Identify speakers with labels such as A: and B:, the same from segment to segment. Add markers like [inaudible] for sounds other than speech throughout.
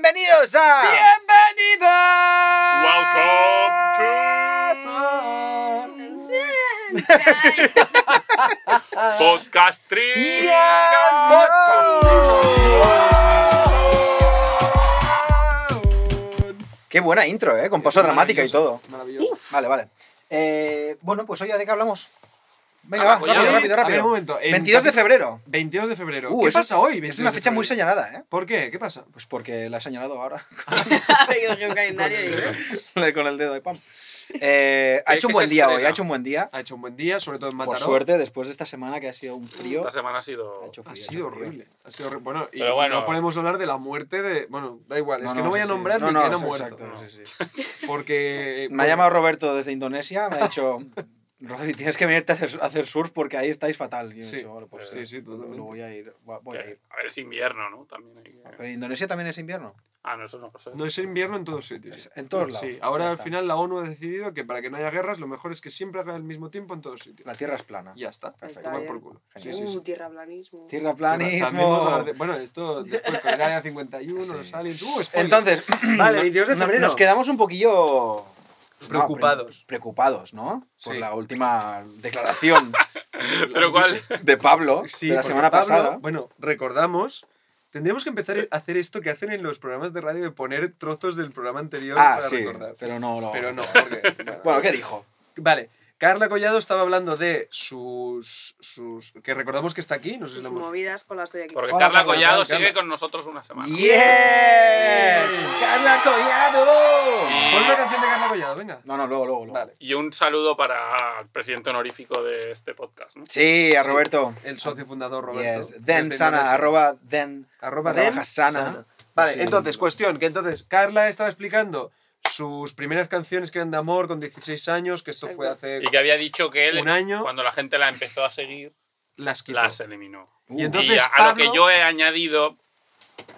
A: Bienvenidos a.
B: Welcome to Podcast 3.
A: Bien, podcast. Qué buena intro, ¿eh? Con pausa dramática y todo.
C: Maravilloso.
A: Vale, vale. Eh, bueno, pues hoy, ¿de qué hablamos?
B: Ah,
A: Venga, va,
B: voy a-
A: rápido, rápido,
C: A ver, un
A: rápido.
C: momento. En
A: 22 de
C: capi-
A: febrero.
C: 22 de febrero.
A: Uh,
C: ¿Qué
A: es un-
C: pasa hoy?
A: Es
C: 22
A: una
C: de
A: fecha muy
C: febrero?
A: señalada, ¿eh?
C: ¿Por qué? ¿Qué pasa?
A: Pues porque la he señalado ahora [laughs]
D: Ha [laughs] habido que un calendario y ¿eh?
A: con el dedo de
C: [laughs]
A: pam. Eh, ha
B: Es
A: hecho un
B: que se
A: buen día hoy,
B: estrena.
A: ha hecho un buen día.
C: Ha hecho un buen día, sobre todo en
A: Por
C: Mataró.
A: suerte, después de esta semana que ha sido un frío.
B: Esta semana ha
A: Ha
B: sido.
A: hecho frío, ha
C: Ha
A: hecho
C: sido
A: frío.
C: horrible. Ha sido horrible. Bueno, y
B: Pero bueno.
C: no podemos hablar de la muerte de. Bueno, da igual, es que no, voy
A: sí,
C: a
A: sí.
C: nombrar
A: No,
C: ni
A: no,
C: quién ha
A: sí,
C: muerto.
A: exacto,
C: ¿no?
A: sí, sí.
C: Porque.
A: [laughs] Me ha llamado Roberto desde Indonesia,
C: [laughs]
A: me ha dicho, Rodri, tienes que venirte a hacer, a hacer surf porque ahí estáis fatal. Y yo he
C: Sí,
A: dicho, "Bueno, pues
C: sí, sí,
A: lo-
C: totalmente.
A: lo voy a ir. va- Voy a ir.
B: A ver, es invierno, ¿no? También hay
A: Pero
B: que...
A: en Indonesia también es invierno.
B: Ah, no, eso no lo sé.
C: No es invierno en todos sitios.
A: Es en todos lados.
C: Sí, ahora
A: Ya
C: al
A: está.
C: final la ONU ha decidido que para que no haya guerras, lo mejor es que siempre haga el mismo tiempo en todos sitios.
A: La tierra es plana.
C: Ya está.
A: Perfecto.
D: Está
C: Tomar
D: bien.
C: por culo. Sí,
A: Genial.
C: sí, sí.
D: Uh, tierra planismo.
A: Tierra
C: También vamos a
A: planismo.
C: hablar de- bueno, esto después con el área 51,
A: Sí.
C: los aliens. Uh, spoiler.
A: Entonces,
C: [clears throat] Vale, 22 de
A: no-
C: febrero.
A: nos quedamos un poquillo no,
C: Preocupados.
A: pre- preocupados, ¿no? Por
C: Sí.
A: la última declaración
B: Pero cuál.
A: de Pablo
C: Sí,
A: de la
C: porque
A: semana
C: Pablo-
A: pasada.
C: Bueno, recordamos. Tendríamos que empezar a hacer esto que hacen en los programas de radio de poner trozos del programa anterior
A: Ah,
C: para
A: sí,
C: recordar.
A: pero no lo.
C: Pero no,
A: [laughs]
C: porque. bueno.
A: Bueno, ¿qué dijo?
C: Vale. Carla Collado estaba hablando de sus. sus que recordamos que está aquí, no sé si lo
D: Sus
C: hemos.
D: movidas con las estoy aquí.
B: Porque
A: Hola,
B: Carla
A: Carla,
B: Collado
C: Carla.
B: sigue con nosotros una semana.
A: ¡Bien! ¡Carla Collado!
C: Pon una canción de Carla Collado, venga.
A: No, no, luego, luego. luego.
C: Vale.
B: Y un saludo para el presidente honorífico de este podcast, ¿no?
A: Sí, a
C: Sí.
A: Roberto.
C: El socio fundador Roberto.
A: Yes. Den
C: desde
A: sana,
C: Indonesia.
A: arroba den.
C: Arroba
A: barra
C: den
A: baja sana.
C: Vale,
A: Sí.
C: entonces, cuestión, que entonces Carla estaba explicando sus primeras canciones que eran de amor con 16 años, que esto fue hace
B: Y que había dicho que él,
C: Un año.
B: cuando la gente la empezó a seguir,
C: las quitó.
B: las eliminó.
C: Y entonces
B: y a, a lo que
C: Pablo-
B: yo he añadido,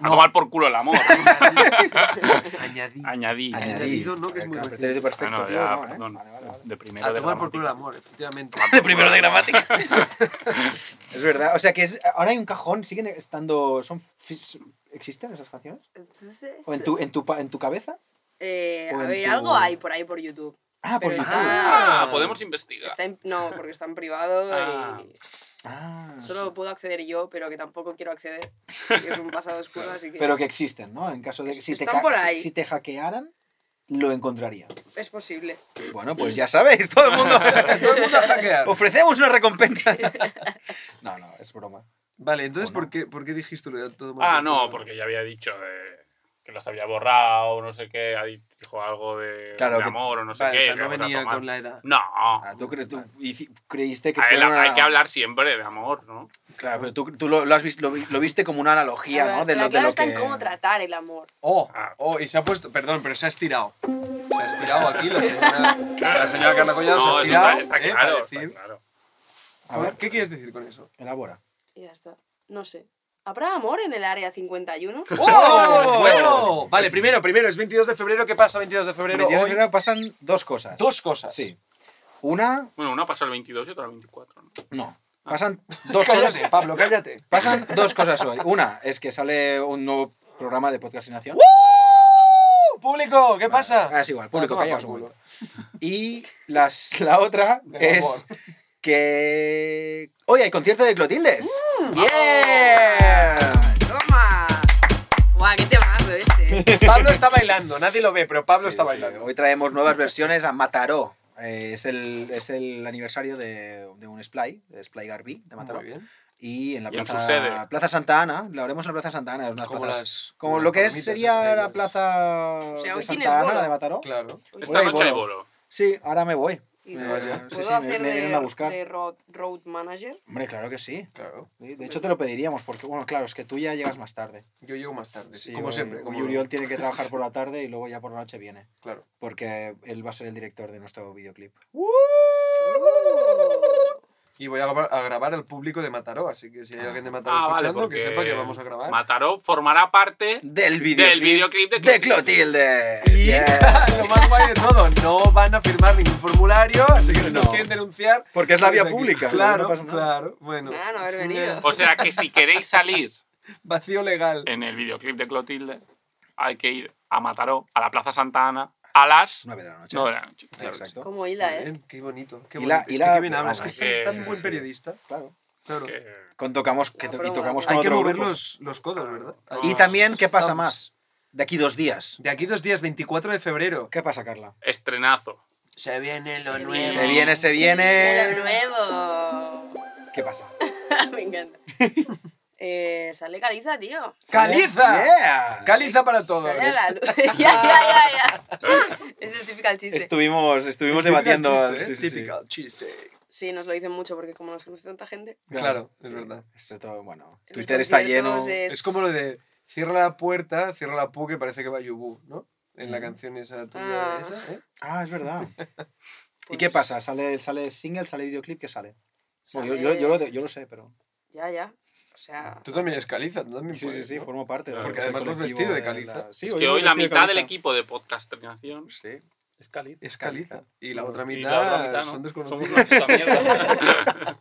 B: a
C: No.
B: tomar por culo el amor.
C: [laughs] Añadí.
B: Añadí.
C: Añadido, ¿no? Que es muy
A: Claro,
C: difícil.
A: pretérito perfecto.
B: Bueno,
A: tío,
B: ya,
A: no, ¿eh?
B: perdón.
A: Vale, vale, vale.
B: De primero
C: A
B: de
C: tomar por
B: gramática.
C: culo el amor, efectivamente.
A: De primero de gramática. [laughs] es verdad. O sea que es- ahora hay un cajón, siguen estando. Son, ¿Existen esas canciones? ¿O en tu, en tu, pa- en tu cabeza?
D: Eh,
A: o
D: a
A: en
D: ver,
A: tu-
D: algo hay por ahí por YouTube.
A: Ah, por
D: Pero
A: YouTube.
D: está-
B: Ah, podemos investigar.
D: Está en- no, porque está
A: [laughs]
D: en privado
B: Ah.
D: y
A: Ah, sí.
D: solo puedo acceder yo, pero que tampoco
A: [laughs]
D: quiero acceder. que es un pasado oscuro, así que
A: Pero que existen, ¿no? En caso de que si te,
D: Están
A: ca-
D: por
A: si-
D: ahí.
A: si te hackearan, lo encontrarían.
D: es posible.
A: Bueno, pues ya sabéis, todo el [laughs] mundo.
C: Todo el mundo a hackear.
A: Ofrecemos una recompensa. No, no, es broma.
C: Vale, entonces,
A: ¿O no?
C: ¿por qué, ¿por qué dijiste lo de a todo tomar
B: Ah,
C: por
B: no,
C: culo?
B: porque ya había dicho de- que los había borrado, no sé qué, ha di- dijo algo de,
A: Claro
B: de
A: que-
B: amor o no sé
C: Vale,
B: qué.
C: o sea,
B: que
C: no
B: vamos a
C: venía
B: tomar.
C: con la edad.
B: No,
A: Ah, ¿Tú, cre- tú hici- creíste que
B: hay,
A: fuera
B: la-
A: una-
B: hay que hablar siempre de amor, ¿no?
A: Claro, pero tú, tú lo, lo has visto, lo, vi- lo viste como una analogía,
D: la
A: ¿no? De
D: la
A: lo, de
D: clave
A: lo
D: está en
A: que-
D: cómo tratar el amor.
C: Oh,
B: Ah.
C: oh, y se ha puesto. Perdón, pero se ha estirado. Se ha estirado aquí la señora, la señora Carla Collado.
B: no,
C: se ha
B: eso
C: estirado.
B: está, está
C: eh,
B: claro,
C: para
B: está
C: decir-
B: claro.
A: A ver,
C: ¿Qué quieres decir con eso?
A: elabora.
D: Y ya está. No sé. ¿Habrá amor en el
A: [laughs]
D: área 51?
C: ¡Oh! Bueno, vale, primero, primero, es 22 de febrero. ¿Qué pasa 22 de
A: El
C: febrero?
A: 22 de
C: hoy?
A: febrero pasan dos cosas.
C: Dos cosas.
A: Sí. Una,
B: Bueno, una pasó el 22 y otra el 24. ¿no?
A: no. Pasan dos cosas.
C: Cállate, Pablo, cállate.
A: Pasan dos cosas hoy. Una es que sale un nuevo programa de podcastinación.
C: [laughs] ¡Público! ¿Qué
A: Ah,
C: pasa?
A: es igual, público,
C: Ah, toma
A: callaos
C: por
A: un
C: culo.
A: momento. Y las, la otra
C: Del
A: es
C: amor.
A: que hoy hay concierto de Clotildes.
C: Mm.
A: ¡Bien!
C: Ah.
D: ¡Toma! ¡Guau, qué temazo este!
C: Pablo está bailando, nadie lo ve, pero Pablo
A: Sí,
C: está
A: sí.
C: bailando.
A: Hoy traemos nuevas versiones a Mataró. Eh, es, el, es el aniversario de, de un Splay, de Splay Garbi de Mataró.
C: Muy bien.
A: Y en la
B: Y en su
A: plaza,
B: sede.
A: plaza Santa Ana, lo haremos en la Plaza Santa Ana, unas
C: Como
A: plazas-
C: las-
A: como
C: las
A: lo que es,
C: palomitas,
A: sería
C: las
A: la plaza
D: sea,
A: de
D: hoy tienes
A: Santa Ana
D: boda.
A: de Mataró.
C: claro.
B: Esta
A: hay
B: noche hay
A: bolo.
B: bolo.
A: Sí, ahora me voy.
D: Y
A: Eh,
D: tú vas
C: ya.
A: sí,
D: Pues ¿Puedo
A: sí, me-
D: hacer
A: me, vienen
D: de,
A: a buscar.
D: de road, road manager?
A: Hombre, claro que sí.
C: Claro.
A: Sí, De hecho, te lo pediríamos, porque, bueno, claro, es que tú ya llegas más tarde.
C: Yo llego más tarde,
A: Sí,
C: como
A: hoy-
C: siempre.
A: hoy
C: Como
A: Uriol tiene que trabajar por la tarde y luego ya por la noche viene,
C: Claro.
A: porque él va a ser el director de nuestro videoclip.
C: Y voy a grabar, a grabar al público de Mataró, así que si hay alguien de Mataró
B: Ah, vale,
C: escuchando,
B: porque
C: que sepa que vamos a grabar.
B: Mataró formará parte
A: Del
B: del videoclip de Clotilde.
A: Clotilde.
C: Y
A: Yes.
C: [laughs] lo más guay de todo, no van a firmar ningún formulario, así que si nos
A: No.
C: quieren denunciar.
A: Porque es la vía
C: desde aquí.
A: pública,
C: Claro,
A: no pasa nada.
C: claro. Bueno.
D: Nada, Ah, no haber
C: sí,
D: venido.
B: O sea que si queréis salir
C: Vacío legal.
B: en el videoclip de Clotilde, hay que ir a Mataró, a la Plaza Santa Ana, a las
A: 9 de la noche.
B: 9 de la noche.
C: claro que
A: Exacto.
D: Como hila, ¿eh?
C: Bien, Qué bonito. Qué
A: Y
C: bonito.
A: la- y
C: es
A: la- Ah,
C: que qué bien hablas.
B: vamos,
C: que es tan,
B: sí,
C: tan
B: sí,
C: buen
B: sí.
C: periodista.
A: Claro.
C: Claro.
B: Que-
A: Con tocamos que
D: La
A: to- y
D: broma,
A: tocamos
D: ¿no?
A: con
C: Hay que
A: otro
C: mover
A: grupo.
C: los, los codos, ¿verdad?
B: Ah,
C: Ahí
A: Y
B: los-
A: también, ¿qué pasa
C: estamos.
A: más? De aquí dos días.
C: De aquí dos días, 24 de febrero.
A: ¿Qué pasa, Carla?
B: Estrenazo.
C: Se viene lo
D: nuevo.
A: Se viene, se
D: Lo
A: viene. [laughs]
D: nuevo.
A: ¿Qué pasa?
D: [laughs] Me encanta. Eh, sale caliza, tío.
C: ¡Caliza!
A: Yeah.
C: ¡Caliza para todos!
D: Sale a la luz. [laughs] ya, ya, ya, ya. Es el típico chiste.
A: Estuvimos, estuvimos
C: Típico
A: debatiendo.
C: chiste, ¿eh?
A: sí, sí, sí.
C: Típico chiste.
D: Sí, nos lo dicen mucho porque como nos conoce tanta gente.
C: Claro, es verdad.
A: Eso todo, bueno.
D: en los
A: Twitter está lleno.
D: conciertos, eh,
C: Es como lo de cierra la puerta, cierra la pu que parece que va Yubu, ¿no? En la canción esa tuya,
D: Ah.
C: esa, ¿eh?
A: Ah, es verdad. ¿Y
D: pues,
A: qué pasa? ¿Sale, sale single, sale videoclip? ¿Qué sale? Bueno, yo,
D: sale-
A: yo- yo lo, de- yo lo sé, pero.
D: Ya, ya. O sea,
C: Tú también eres caliza, tú también
A: Sí, sí,
C: puedes,
A: sí,
C: ¿no?
A: formo parte.
B: Claro,
A: porque
B: porque
C: además vas vestido de caliza.
A: pues Sí,
B: Es que hoy
A: voy
B: la
A: vestido de
B: mitad del
A: caliza.
B: equipo de podcast Terminación
A: Sí.
B: es caliza.
C: Es caliza. Y la otra
B: Y
C: mitad,
B: la otra mitad, ¿no?
C: son
B: Somos
C: desconocidos.
B: unos puta
C: [laughs]
B: mierda.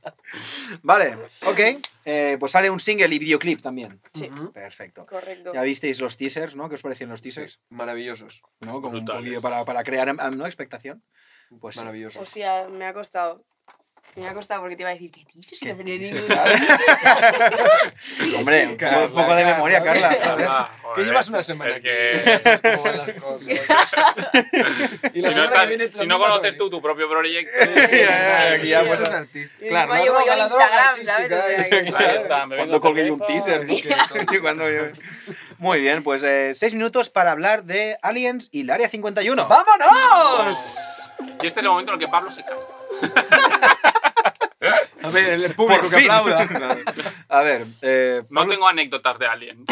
A: Vale, ok. eh, pues sale un single y videoclip también.
D: sí,
C: Ujú.
A: Perfecto.
D: correcto.
A: Ya visteis los teasers, ¿no? ¿Qué os parecieron los
C: Sí,
A: teasers?
C: maravillosos.
A: ¿No? Como un
B: Brutales.
A: poquillo para, para crear am, ¿no? expectación. Pues sí.
C: maravillosos.
D: Hostia, me ha costado. Me ha costado porque te iba a decir, ¿qué dices? Que no tenía
A: dices?
D: ninguna.
A: Hombre, un poco,
C: Carla,
A: un poco de
C: Carla,
A: memoria, Carla.
C: Carla.
A: [laughs] joder.
B: Ah, joder,
C: que llevas una semana
B: Es
C: aquí. [laughs]
B: que...
C: Esas son las
D: [laughs]
C: cosas. y
B: Si no,
C: la semana
B: estás-
C: que viene
B: si no conoces tú tu propio proyecto,
A: [laughs] ya,
C: [laughs] ya,
A: aquí ya, pues,
C: pues artista.
D: encima llevo yo el Instagram,
C: eh,
D: ¿sabes? O sea, que-
B: Ahí está, me vengo
A: Cuando colgué un
B: cerveza.
D: [laughs]
A: teaser. ¿no? [laughs] Cuando yo- Muy bien, pues eh, seis minutos para hablar de Aliens y el Área 51.
C: ¡Vámonos!
B: Y este es el momento en el que Pablo se cae.
C: A ver, el público
A: Por
C: que
A: fin. [laughs]
C: aplauda.
A: A ver, eh,
B: No
A: Pablo,
B: tengo anécdotas de Alien.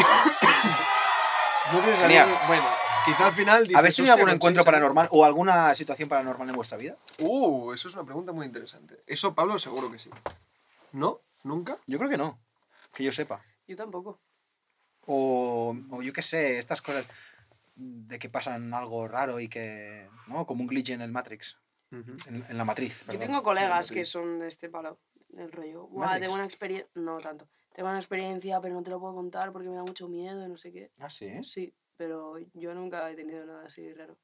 C: No tienes
A: Genial.
C: algún- Bueno, quizá al final. dices,
A: ¿habéis tenido
C: "Hostia,
A: algún
C: con
A: encuentro
C: seis años".
A: paranormal o alguna situación paranormal en vuestra vida?
C: Uh, eso es una pregunta muy interesante. Eso, Pablo, seguro que sí. ¿No? ¿Nunca?
A: Yo creo que no, que yo sepa.
D: Yo tampoco.
A: O, o yo qué sé, estas cosas de que pasan algo raro y que. ¿no? Como un glitch en el Matrix, en, en la matriz.
D: Yo
A: perdón.
D: tengo colegas
C: sí.
D: que son de este palo, del rollo. Buah,
A: Matrix.
D: tengo una experiencia. No tanto. Tengo una experiencia, pero no te lo puedo contar porque me da mucho miedo y no sé qué.
A: Ah, sí, ¿eh?
D: Sí, pero yo nunca he tenido nada así de raro.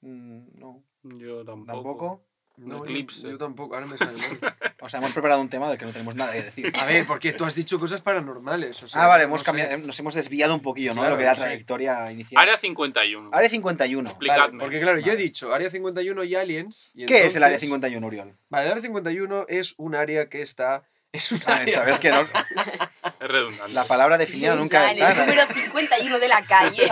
A: Mm, No,
B: [laughs] Yo tampoco.
A: tampoco.
C: No,
B: Eclipse.
A: eh.
C: Yo, yo tampoco, ahora me sale mal.
A: O sea, hemos preparado un tema del que no tenemos nada que
C: [laughs]
A: decir.
C: A ver, porque tú has dicho cosas paranormales. O sea,
A: Ah, vale,
C: no
A: hemos
C: sé.
A: cambiado, nos hemos desviado un poquillo, ¿no? De
C: Claro,
A: lo que era
C: no
A: la
C: sé.
A: trayectoria inicial.
B: Área 51.
A: Área 51.
B: Explica.
C: Vale,
B: Explicadme.
C: porque claro, yo he
A: Vale.
C: dicho Área 51 y Aliens. y
A: ¿Qué es el Área
C: entonces-
A: 51, Uriol?
C: [laughs] Vale, el Área 51 es un área que está. Es un
A: A ver,
C: área-
A: Ah, Sabes que no-
B: Es redundante.
A: la palabra
D: [laughs]
A: definida nunca
D: Está en el
C: [laughs]
A: está.
D: número 51 de la [laughs] calle.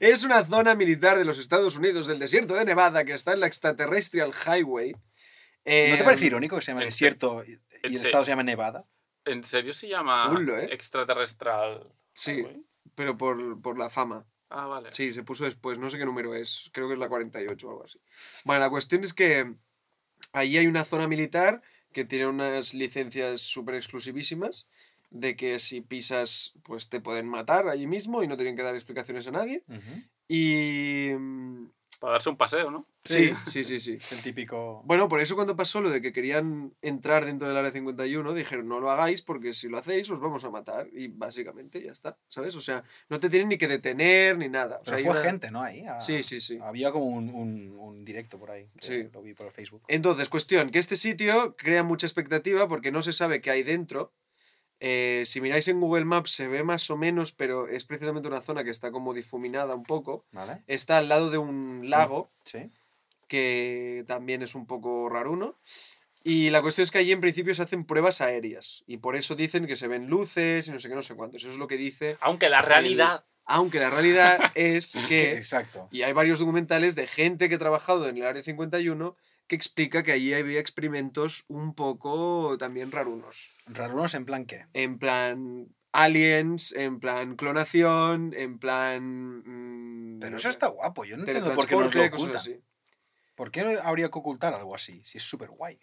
C: Es una zona militar de los Estados Unidos, del desierto de Nevada, que está en la Extraterrestrial Highway.
A: ¿No te
C: Em,
A: parece irónico que se llama
B: el-
A: desierto y y el
B: el-
A: estado se llama Nevada?
B: ¿En serio se llama
C: Culo, ¿eh?
B: extraterrestral?
C: Sí, pero por, por la fama.
B: Ah, vale.
C: Sí, se puso después, no sé qué número es, creo que es la 48 o algo así. Bueno, la cuestión es que ahí hay una zona militar que tiene unas licencias súper exclusivísimas de que si pisas, pues te pueden matar allí mismo y no tienen que dar explicaciones a nadie. Y... mm,
B: Para darse un paseo, ¿no?
C: Sí, sí, sí, sí.
A: Es el típico.
C: Bueno, por eso cuando pasó lo de que querían entrar dentro del área 51, dijeron no lo hagáis porque si lo hacéis os vamos a matar y básicamente ya está, ¿sabes? O sea, no te tienen ni que detener ni nada. O
A: Pero
C: sea, hay
A: fue
C: una-
A: gente, ¿no? Ahí. a-
C: Sí, sí, sí.
A: Había como un, un- un directo por ahí. que
C: Sí.
A: Lo vi por Facebook.
C: Entonces, cuestión, que este sitio crea mucha expectativa porque no se sabe qué hay dentro. Eh, si miráis en Google Maps se ve más o menos, pero es precisamente una zona que está como difuminada un poco.
A: ¿Vale?
C: Está al lado de un lago
A: Sí.
C: que también es un poco raruno. Y la cuestión es que allí en principio se hacen pruebas aéreas y por eso dicen que se ven luces y no sé qué, no sé cuántos. Eso es lo que dice,
B: Aunque la realidad.
C: aunque la realidad es que
A: Exacto.
C: y hay varios documentales de gente que ha trabajado en el Área 51 que explica que allí había experimentos un poco también rarunos.
A: Rarunos en plan qué.
C: En plan aliens, en plan clonación, en plan... mm,
A: Pero
C: no
A: eso
C: sé,
A: está guapo. Yo no entiendo por qué nos lo
C: teletransporte, cosas
A: ocultan.
C: así.
A: ¿Por qué habría que ocultar algo así? Si es súper guay.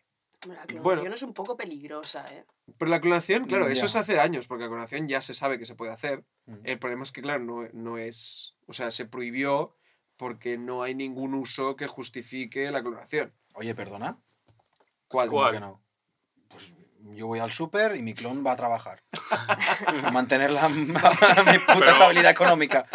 C: [laughs]
D: Hombre, La clonación
C: Bueno.
D: es un poco peligrosa, ¿eh?
C: Pero la clonación, claro,
A: Ya.
C: eso es hace años, porque la clonación ya se sabe que se puede hacer.
A: Mm.
C: El problema es que, claro, no, no es... O sea, se prohibió porque no hay ningún uso que justifique la clonación.
A: Oye, perdona.
C: ¿Cuál?
B: ¿Cuál?
A: ¿Cómo que no? Pues yo voy al súper y mi clon va a trabajar. [laughs] a mantener la, [laughs] mi puta
B: Pero-
A: estabilidad económica.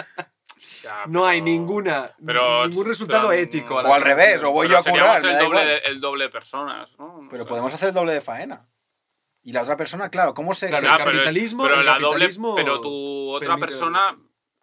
B: Ya,
C: No hay
B: Ah, pero-
C: ninguna,
B: pero-
C: ningún resultado
B: pero-
C: ético.
A: O al revés, o voy
B: Pero
A: yo a
B: seríamos
A: currar, me
B: El
A: da
B: doble,
A: igual.
B: de, el doble de personas, ¿no? No
A: Pero
B: sé.
A: podemos hacer el doble de faena. Y la otra persona, claro, ¿cómo se.?
C: Claro,
A: se
B: Ah,
C: el
B: pero es-
C: capitalismo-
B: Pero,
C: el
B: la doble.
C: capitalismo
B: Pero tu otra
C: permite-
B: persona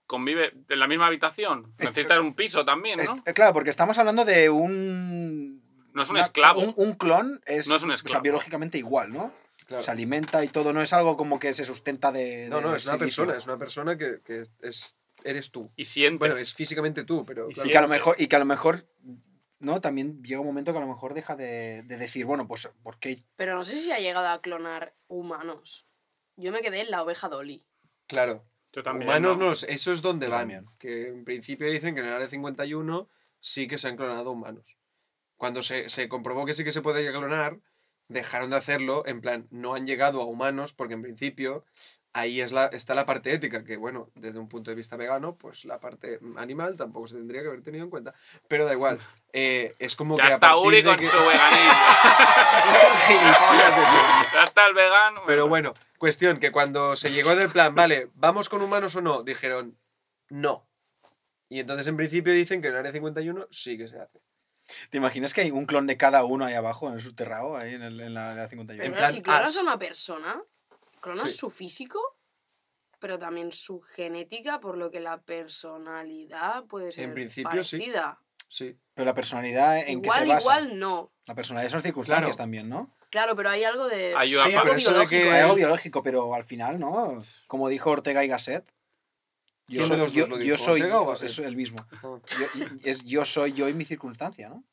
B: convive en la misma habitación.
A: Este-
B: Necesitas un piso también,
A: es-
B: ¿no?
A: eh, claro, porque estamos hablando de un.
B: No es un
A: una-
B: esclavo.
A: Un, un clon es.
B: No es un
A: o sea,
B: esclavo.
A: biológicamente igual, ¿no?
C: Claro.
A: Se alimenta y todo, no es algo como que se sustenta de.
C: No,
A: de
C: no, es una
A: sí mismo.
C: persona, es una persona que, que es, eres tú.
B: Y siente.
C: Bueno, es físicamente tú, pero
B: Y
C: claro,
A: Y que a lo mejor, y que a lo mejor, ¿no? También llega un momento que a lo mejor deja de, de decir, bueno, pues, ¿por qué?
D: Pero no sé si ha llegado a clonar humanos. Yo me quedé en la oveja Dolly.
C: claro.
B: Yo también,
C: humanos
B: ¿no?
C: no, eso es donde
A: Yo
C: van.
A: también.
C: Que en principio dicen que en el área 51 sí que se han clonado humanos. Cuando se, se comprobó que sí que se podía clonar, dejaron de hacerlo, en plan, no han llegado a humanos, porque en principio ahí es la, está la parte ética, que bueno, desde un punto de vista vegano, pues la parte animal tampoco se tendría que haber tenido en cuenta. Pero da igual, eh, es como
B: Ya
C: que a
B: está
C: partir
B: Uri
C: de
B: con
C: que- [laughs]
B: su veganismo.
C: Están gilipollas de todo.
B: ya está el vegano.
C: Pero bueno, cuestión que cuando se llegó del plan, vale, ¿vamos con humanos o no? Dijeron, no. Y entonces en principio dicen que en el área 51 sí que se hace.
A: ¿Te imaginas que hay un clon de cada uno ahí abajo, en el subterráneo, ahí en, el- en la, en la
D: Pero
A: 51?
C: En plan,
D: si clonas
C: as.
D: a una persona, clonas
C: Sí.
D: su físico, pero también su genética, por lo que la personalidad puede ser
C: principio, sí.
D: parecida.
C: Sí.
A: Pero la personalidad en que se
D: Igual,
A: basa.
D: igual no.
A: La personalidad son circunstancias
C: Claro.
A: también, ¿no?
D: Claro, pero hay algo de...
B: Hay una Sí,
D: algo
C: pero eso de que-
D: biológico,
A: Hay
D: ¿eh?
A: algo biológico, pero al final, ¿no? Como dijo Ortega y Gasset. Yo
C: ¿Quién de
A: soy,
C: los dos
A: yo,
C: lo
A: yo
C: dijo,
A: soy
C: Ortega o Gasset?
A: es el mismo. Yo, y- es, yo soy yo y mi circunstancia, ¿no?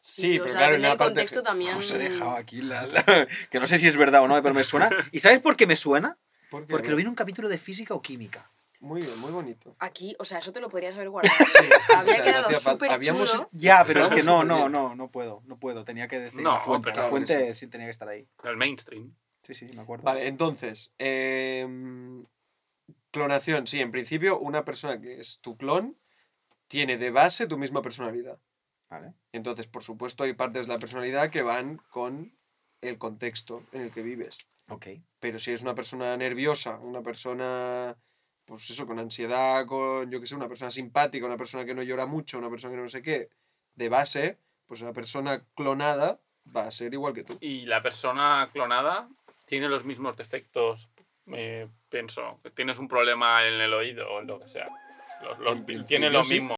C: Sí,
D: o
C: pero
D: sea,
C: claro, en
D: depende
C: la
D: del
C: parte...
D: contexto también...
A: ¿Cómo se dejaba aquí la- la- que no sé si es verdad o no, pero me suena. ¿Y sabes por qué me suena?
C: ¿Por qué?
A: Porque lo vi en un capítulo de física o química.
C: Muy bien, muy bonito.
D: Aquí, o sea, eso te lo podrías haber guardado.
C: O sea,
D: Había
C: no
D: quedado
C: hacía falta.
D: súper
C: Habíamos-
D: chulo.
A: Ya, pero es
C: Estamos
A: que no, no,
C: superbién.
A: no, no puedo, no puedo. Tenía que decir
B: No,
A: la fuente.
B: pero
A: la
C: claro que
A: fuente sí tenía que estar ahí.
B: El mainstream.
A: Sí, sí, me acuerdo.
C: Vale, entonces, em, clonación, sí, en principio una persona que es tu clon tiene de base tu misma personalidad.
A: Vale.
C: Entonces, por supuesto, hay partes de la personalidad que van con el contexto en el que vives.
A: Ok.
C: Pero si eres una persona nerviosa, una persona, pues eso, con ansiedad, con, yo qué sé, una persona simpática, una persona que no llora mucho, una persona que no sé qué, de base, pues una persona clonada va a ser igual que tú.
B: Y la persona clonada tiene los mismos defectos. eh, pienso que tienes un problema en el oído o lo que sea. Los, los-
C: En principio,
B: tiene lo
C: sí.
B: mismo.